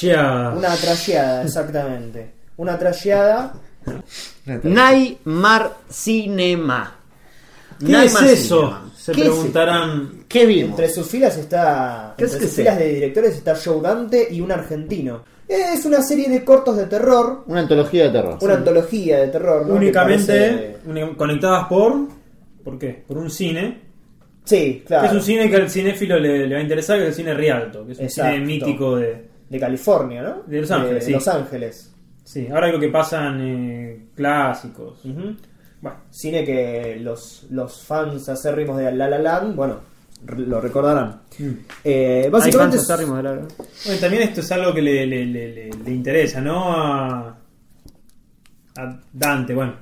trasheada. Una trasheada, exactamente. Una trasheada. Neymar Cinema. ¿Qué Neymar es eso? Cinema. Se ¿Qué es preguntarán. ¿Qué vimos? Entre sus filas está. ¿Qué Entre es que sus sé? filas de directores está Joe Dante y un argentino. Es una serie de cortos de terror. Una antología de terror. Una antología de terror, ¿no? Únicamente Que parece- uni- conectadas por. ¿Por qué? Por un cine. Sí, Que claro. es un cine que al cinéfilo le, le va a interesar, que es el cine Rialto, que es un Exacto. cine mítico de. De California, ¿no? De Los Ángeles, sí. Los Ángeles. Sí, ahora creo que pasan eh, clásicos. Ujú. Bueno, Cine que los, los fans acérrimos de La La Land, bueno, r- lo recordarán. Eh, básicamente. es- Bueno, también esto es algo que le, le- le- le- le interesa, ¿no? A, a Dante, bueno.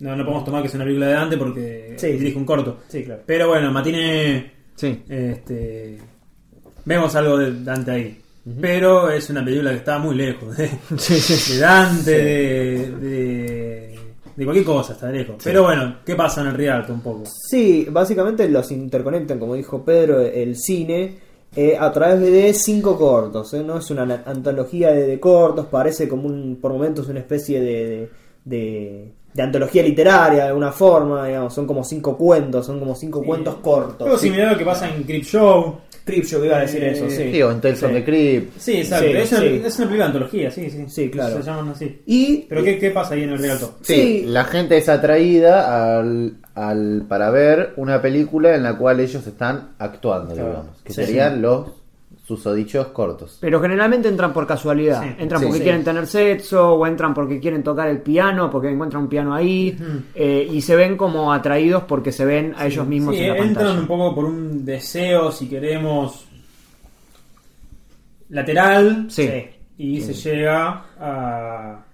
No, no podemos tomar que es una película de Dante porque Sí. dirige un corto. Sí, claro. Pero bueno, Matine, Sí. este, vemos algo de Dante ahí. Pero es una película que está muy lejos de, de Dante, de, de, de cualquier cosa, está lejos. Pero bueno, ¿qué pasa en el Rialto un poco? Sí, básicamente los interconectan, como dijo Pedro, el cine eh, a través de cinco cortos. ¿eh? No es una ana- antología de, de cortos, parece como un, por momentos una especie de, de, de- de antología literaria de alguna forma. Digamos. Son como cinco cuentos, son como cinco cuentos cortos. Algo sí. similar a lo que pasa en Crip Show. Cripshow, iba a decir Eh, eso, sí. Sí, o en Tales of the Crypt. Sí, exacto. Sí, es, una, sí. es una película de antología, sí, sí. Sí, claro. Se llaman así. Y ¿Pero qué, qué pasa ahí en el Rialto? Sí, Sí. la gente es atraída al, al- para ver una película en la cual ellos están actuando, Claro. digamos. Que Sí, serían los susodichos cortos. Pero generalmente entran por casualidad. Sí. entran Sí, porque sí. quieren tener sexo o entran porque quieren tocar el piano, porque encuentran un piano ahí. eh, y se ven como atraídos porque se ven a ellos mismos Sí, en la entran pantalla. un poco por un deseo, si queremos, lateral. Sí. Y se llega a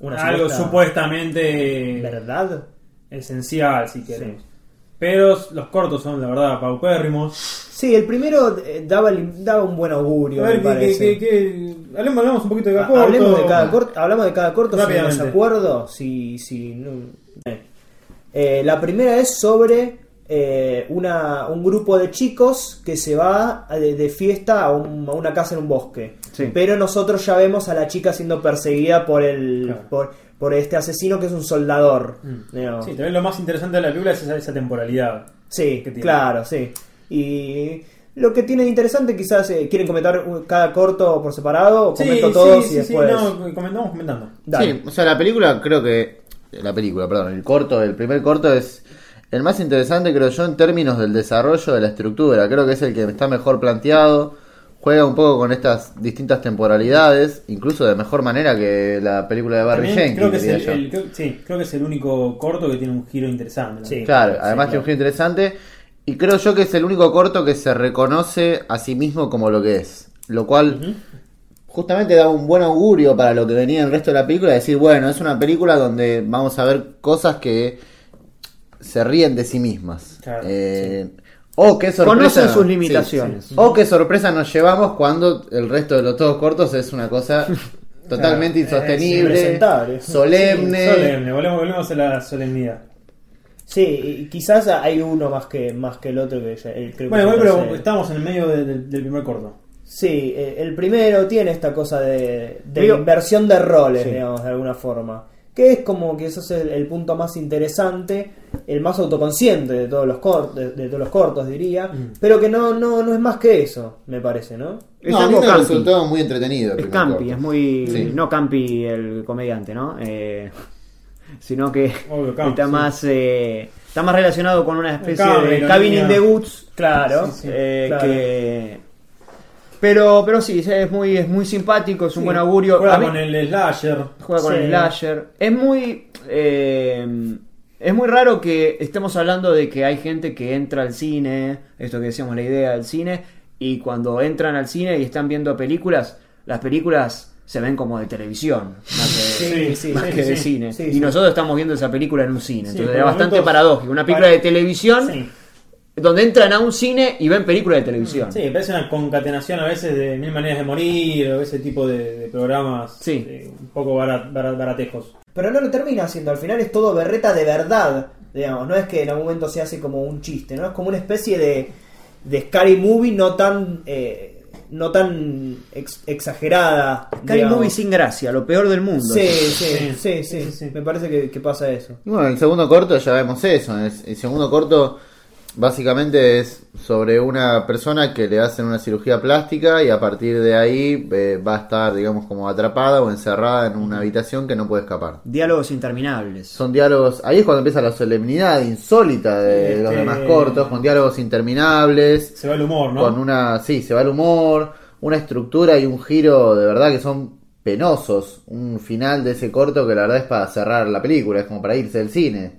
Una algo supuesta- supuestamente ¿Verdad? esencial, si queremos. Pero los cortos son, la verdad, paupérrimos. Sí, el primero eh, daba, el- daba un buen augurio, A ver, me que, parece. que- que- que- hablemos, hablemos un poquito de cada corto. Ah, Hablemos de cada corto, hablamos de cada corto si no Rápidamente. nos acuerdo, si, si no- Eh, la primera es sobre eh, una, un grupo de chicos que se va a- de, de fiesta a, un- a una casa en un bosque. Sí. Pero nosotros ya vemos a la chica siendo perseguida por el Claro. Mm. por, por este asesino que es un soldador. digamos. Sí, también lo más interesante de la película es esa, esa temporalidad. Sí, que tiene. claro, sí. Y lo que tiene de interesante, quizás eh, quieren comentar un- cada corto por separado, o comento sí, todos sí, y sí, después. no, comentamos comentando. Dale. Sí, o sea, la película creo que... La película, perdón, el corto, el primer corto es el más interesante creo yo en términos del desarrollo de la estructura. Creo que es el que está mejor planteado, juega un poco con estas distintas temporalidades, incluso de mejor manera que la película de Barry También Jenkins. creo que es diría el, yo. el- creo- sí, creo que es el único corto que tiene un giro interesante. ¿no? Eh, Sí. Claro, Sí, además tiene claro. un giro interesante. Y creo yo que es el único corto que se reconoce a sí mismo como lo que es. Lo cual justamente da un buen augurio para lo que venía el resto de la película. Decir, bueno, es una película donde vamos a ver cosas que se ríen de sí mismas. Claro, Eh, O qué sorpresa. Conocen sus sí, limitaciones. sí. O qué sorpresa nos llevamos cuando el resto de los todos cortos es una cosa totalmente eh, Claro, es insostenible, impresentable. solemne. Solemne, volvemos, volvemos a la solemnidad. Sí, y quizás hay uno más que más que el otro que ya- el- creo que Bueno, es el igual, pero tercero. estamos en el medio de- de- del primer corto. Sí, eh, el primero tiene esta cosa de, de Digo- inversión de roles, Sí. digamos, de alguna forma. Que es como que eso es el, el punto más interesante, el más autoconsciente de todos los cortos, de, de todos los cortos diría, Mm. pero que no, no, no es más que eso, me parece, ¿no? Es No, a mí algo me campi. resultó muy entretenido. el Es primer campi, corto. es muy... Sí. No campi el comediante, ¿no? Eh, sino que Obvio, campi, está sí. más... eh, está más relacionado con una especie campi, de ironía. cabin in the woods. Claro. Sí, sí, eh, claro. que- Pero, pero sí, es muy, es muy simpático, es un buen augurio. Juega A mí- con el slasher. Juega con Sí. el slasher. Es muy. eh, es muy raro que estemos hablando de que hay gente que entra al cine, esto que decíamos, la idea del cine, y cuando entran al cine y están viendo películas, las películas se ven como de televisión, más que, Sí, sí, más sí, que de sí. cine. Sí, y sí. nosotros estamos viendo esa película en un cine, Sí, entonces por era bastante momentos paradójico. Una película pare- de televisión Sí. donde entran a un cine y ven películas de televisión. Sí, parece una concatenación a veces de mil maneras de morir o ese tipo de, de programas Sí. eh, un poco barat- barat- baratejos. Pero no lo termina haciendo, al final es todo berreta de verdad, digamos, no es que en algún momento se hace como un chiste, ¿no? Es como una especie de, de scary movie no tan eh, no tan ex- exagerada. Scary digamos. Movie sin gracia, lo peor del mundo. Sí, sí, Sí. sí, sí, Sí. Me parece que, que pasa eso. Y bueno, el segundo corto ya vemos eso. El, el segundo corto básicamente es sobre una persona que le hacen una cirugía plástica y a partir de ahí eh, va a estar, digamos, como atrapada o encerrada en una habitación que no puede escapar. Diálogos interminables. Son diálogos. Ahí es cuando empieza la solemnidad insólita de los Este- demás cortos, con diálogos interminables, Se va el humor, ¿no? con una. Sí, se va el humor, una estructura y un giro de verdad que son penosos. Un final de ese corto que la verdad es para cerrar la película, es como para irse del cine.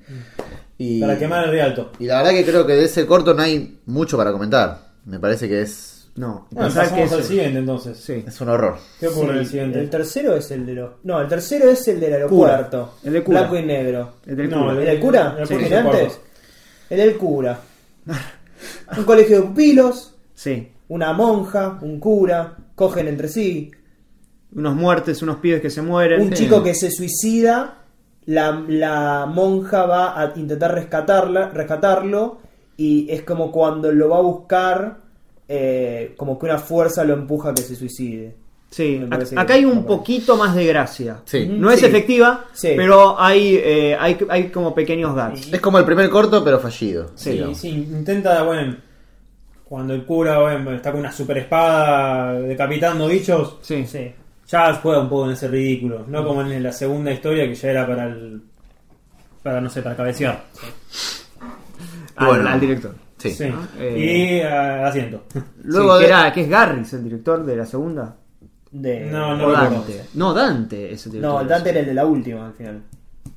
Y, Mm. Para quemar el Rialto. y la verdad que creo que de ese corto no hay mucho para comentar. Me parece que es. No, y Bueno, pensar pasamos que al eso- siguiente entonces. sí. Es un horror. ¿Qué ocurre en el Sí, eh, siguiente? el tercero es el de los. No, el tercero es el del aeropuerto. Cura. El de cura. Blanco y negro. El del No, culo. el ¿El del cura? El ¿El, del cura. antes? el del cura. Un colegio de pupilos, Sí. una monja, un cura, cogen entre sí, Unos muertes, unos pibes que se mueren. un chico que se suicida, la, la monja va a intentar rescatarla, rescatarlo y es como cuando lo va a buscar, eh, como que una fuerza lo empuja a que se suicide. Sí, Me ac- parece acá que- hay un me parece. poquito más de gracia. Sí. Mm. No es Sí. efectiva, Sí. pero hay, eh, hay, hay como pequeños gags. Es como el primer corto, pero fallido. Sí, digamos. sí, intenta, bueno, cuando el cura bueno, está con una super espada decapitando bichos, Sí. Sí. ya juega un poco en ese ridículo, no como en la segunda historia que ya era para el... para, no sé, para cabecear. Al, Bueno. al director. Sí. Sí. Ah, Y eh. ah, asiento. Luego Sí, de- que, era- que es Garris el director de la segunda. De, No, no o lo Dante. No, Dante es el director. No, el de la Dante era el de la última al final.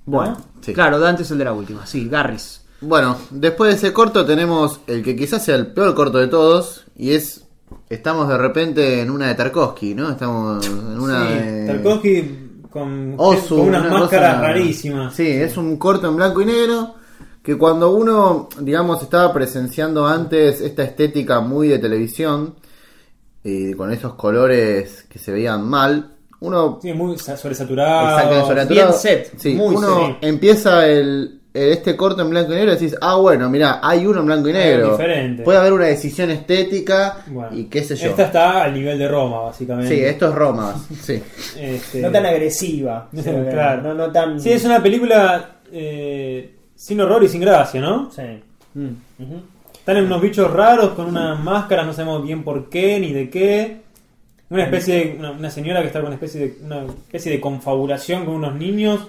Bueno, Sí. claro, Dante es el de la última, sí, Garris. Bueno, después de ese corto tenemos el que quizás sea el peor corto de todos y es estamos de repente en una de Tarkovsky, ¿no? Estamos en una de Tarkovsky con, Ozu, con unas Oh, una máscaras cosa- rarísimas. Sí, es un corto en blanco y negro que cuando uno, digamos, estaba presenciando antes esta estética muy de televisión y con esos colores que se veían mal, uno Sí, muy sa- sobresaturado. Exactamente, sobrenaturado. bien set, Sí, muy uno set. empieza el, el- este corto en blanco y negro y decís, ah, bueno, mira, hay uno en blanco y negro. diferente. Puede haber una decisión estética Bueno, y qué sé yo. Esta está al nivel de Roma, básicamente. Sí, eh. esto es Roma. Sí. Este- No tan agresiva. Sí, creo que era. claro. No, no tan. Sí, es una película eh, sin horror y sin gracia, ¿no? Sí. Mm. Ujú. Están en unos bichos raros con unas máscaras, no sabemos bien por qué ni de qué. Una especie de, una, una señora que está con una especie de una especie de confabulación con unos niños.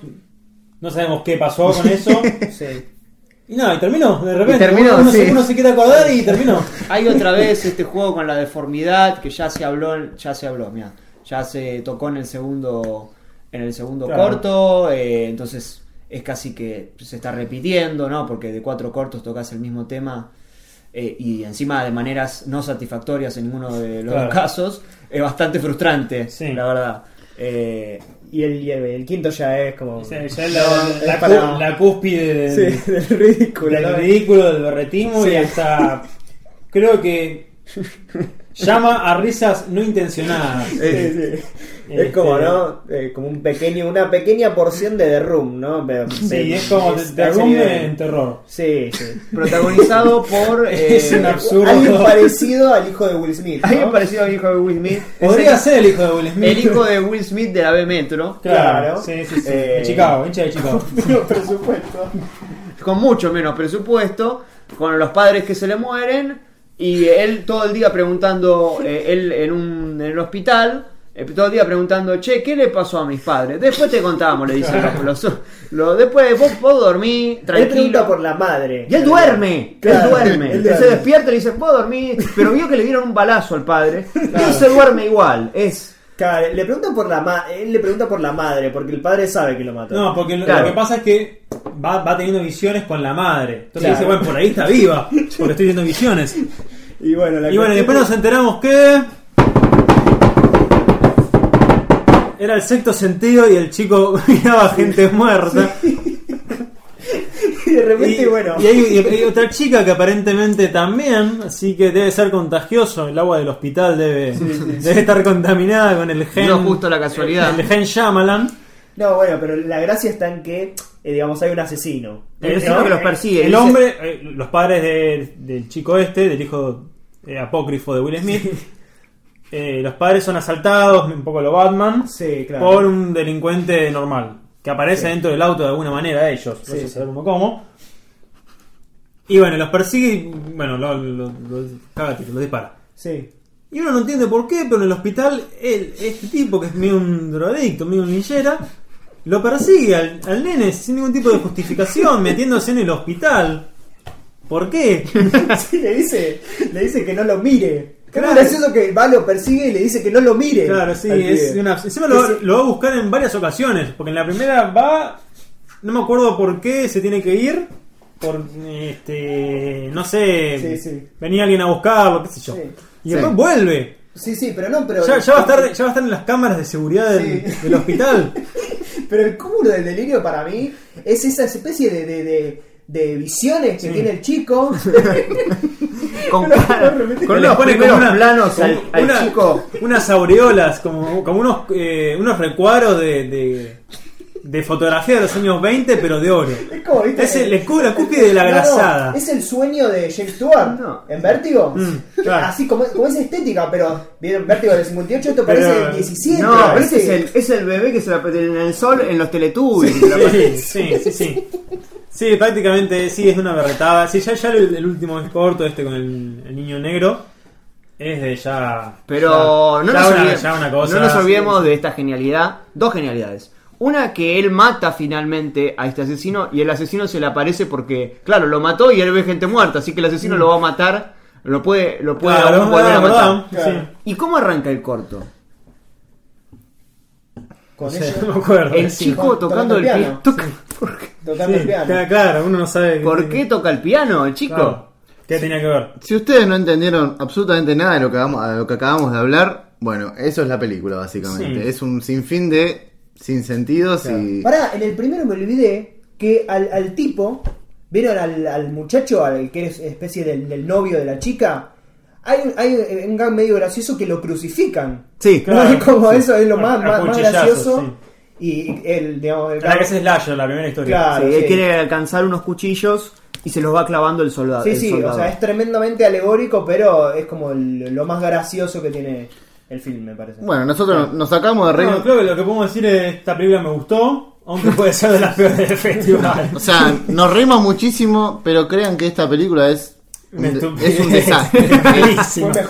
No sabemos qué pasó con eso. Sí. Y nada, y terminó, de repente. terminó, uno, sí. se, uno se quiere acordar y terminó. Hay otra vez este juego con la deformidad que ya se habló, en- ya se habló, mira, ya se tocó en el segundo, en el segundo Claro. corto, eh, entonces es casi que se está repitiendo, ¿no? Porque de cuatro cortos tocas el mismo tema eh, y encima de maneras no satisfactorias en ninguno de los Claro. casos, es bastante frustrante, Sí. la verdad. Eh, Y el, y el, el quinto ya es como. O sea, ya es la, la es para- cu- la cúspide de- Sí, del ridículo. del ¿no? ridículo, del berretismo Sí. y hasta. Creo que. Llama a risas no intencionadas. Sí, sí. Este- Eh, Es como, ¿no? Eh, como un pequeño, una pequeña porción de The Room, ¿no? Pero- Sí, de- es como de- te, de te ese arrume nivel. en terror. Sí, sí. protagonizado por... eh, Es un absurdo. Alguien parecido al hijo de Will Smith. ¿no? alguien parecido al hijo de Will Smith. Podría ser el hijo de Will Smith. El hijo de Will Smith de la B Metro. Claro, Claro. sí, sí, sí. Eh, En Chicago, hincha de Chicago. presupuesto. con mucho menos presupuesto, con los padres que se le mueren, y él todo el día preguntando, eh, él en un en el hospital, eh, todo el día preguntando, che, ¿qué le pasó a mis padres? Después te contábamos, le dicen los, los- los- Después vos, vos dormí, Él pregunta tranquilo. por la madre. Y él duerme, Claro, él duerme. él Él duerme. se despierta y le dice, puedo dormir, pero vio que le dieron un balazo al padre. Y él se duerme igual, es... Claro, le pregunta por la ma- él le pregunta por la madre, porque el padre sabe que lo mató. No, porque lo- Claro. lo que pasa es que va, va teniendo visiones con la madre. Entonces Claro. dice, bueno, por ahí está viva, porque estoy viendo visiones. Y bueno, la Y bueno, cuestión- después nos enteramos que. Era el sexto sentido y el chico miraba gente muerta. y de repente, y, bueno. y hay, y hay otra chica que aparentemente también, así que debe ser contagioso. El agua del hospital debe, debe estar contaminada con el gen. No justo la casualidad. El, gen Shyamalan. No, bueno, pero la gracia está en que, eh, digamos, hay un asesino. El asesino que los persigue, El dice- hombre, eh, los padres de- del chico este, del hijo eh, apócrifo de Will Smith, eh, los padres son asaltados, un poco lo Batman, Sí, claro. por un delincuente normal, que aparece dentro del auto de alguna manera, ellos, no Sí, se sí. sabe uno cómo. Y bueno, los persigue y bueno, lo, lo, lo- caga tiro, lo dispara. Sí. Y uno no entiende por qué, pero en el hospital él, este tipo, que es medio un drogadicto, medio un linchera, lo persigue al, al nene sin ningún tipo de justificación, metiéndose en el hospital. ¿Por qué? Sí, le dice, le dice que no lo mire. Qué Claro. gracioso que va, lo persigue y le dice que no lo mire. Claro, sí, Eh, al es pibe. una- Encima lo, Ese- lo va a buscar en varias ocasiones, porque en la primera va. No me acuerdo por qué se tiene que ir. Por. Este. No sé. Sí, sí. Venía alguien a buscarlo, qué sé yo. Sí. Y Sí. después vuelve. Sí, sí, pero no, pero. Ya, ya va a estar, ya va a estar en las cámaras de seguridad del, Sí. del hospital. Pero el cúmulo del delirio para mí es esa especie de, de, de, de visiones que Sí. tiene el chico. Con, No, cara- no, repite. con Le los pone como primeros una- planos al, como al una- chico. Unas aureolas, como, como unos, eh, unos recuadros de, de, de fotografía de los años 20, pero de oro. es como, ¿viste? Es el, le cubre la cúspide de la No, no, grasada. es el sueño de James Stewart No. en Vértigo. Mm, claro. Así como, como esa estética, pero bien, Vértigo del 58, esto Pero- parece del 17. No, pero parece ese es el, es el bebé que se la pete en el sol en los teletubbies. que la pone- Sí, sí, sí, sí. Sí, prácticamente sí, es una berretada. Sí, ya, ya el, el último es corto, este con el, el niño negro. Es de ya. Pero ya- no, ya nos una- olvidemos, ya una cosa, no nos sí. olvidemos de esta genialidad. Dos genialidades. Una que él mata finalmente a este asesino y el asesino se le aparece porque, claro, lo mató y él ve gente muerta, así que el asesino lo va a matar, lo puede, lo puede Mm. Claro, aún volver ah, a matar. ¿verdad? Sí. Claro. ¿Y cómo arranca el corto? Con Sí, ella no me acuerdo. El Sí. chico to- tocando tocando el el piano. piano. Toca- ¿Por, qué, tocando el Sí, piano. claá- Claro, uno no sabe. por qué toca el piano el chico? Claro. ¿Qué tenía que ver? Si ustedes no entendieron absolutamente nada de lo que, vamos- de lo que acabamos de hablar, bueno, eso es la película, básicamente. Sí. Es un sinfín de sinsentidos y. Pará, en el primero me olvidé que al, al tipo, ¿vieron al, al muchacho, al que es especie del, del novio de la chica? Hay, un- hay un- un gag medio gracioso que lo crucifican. Sí, Claro. ¿No? Es como sí. eso, es lo A- más, a más, más cuchillazos, gracioso. Y el, digamos, el La que es Slasher, la primera historia. Claro. Sí, él sí. quiere alcanzar unos cuchillos y se los va clavando el soldado. Sí, el sí, o soldado. sea, es tremendamente alegórico, pero es como el- lo más gracioso que tiene el film, me parece. Bueno, nosotros nos sacamos de reír. No, creo que lo que podemos decir es esta película me gustó, aunque puede ser de las peores del festival. O sea, nos reímos muchísimo, pero crean que esta película es. un Una de- estupidez. es un desastre. Malísima. Fue mejor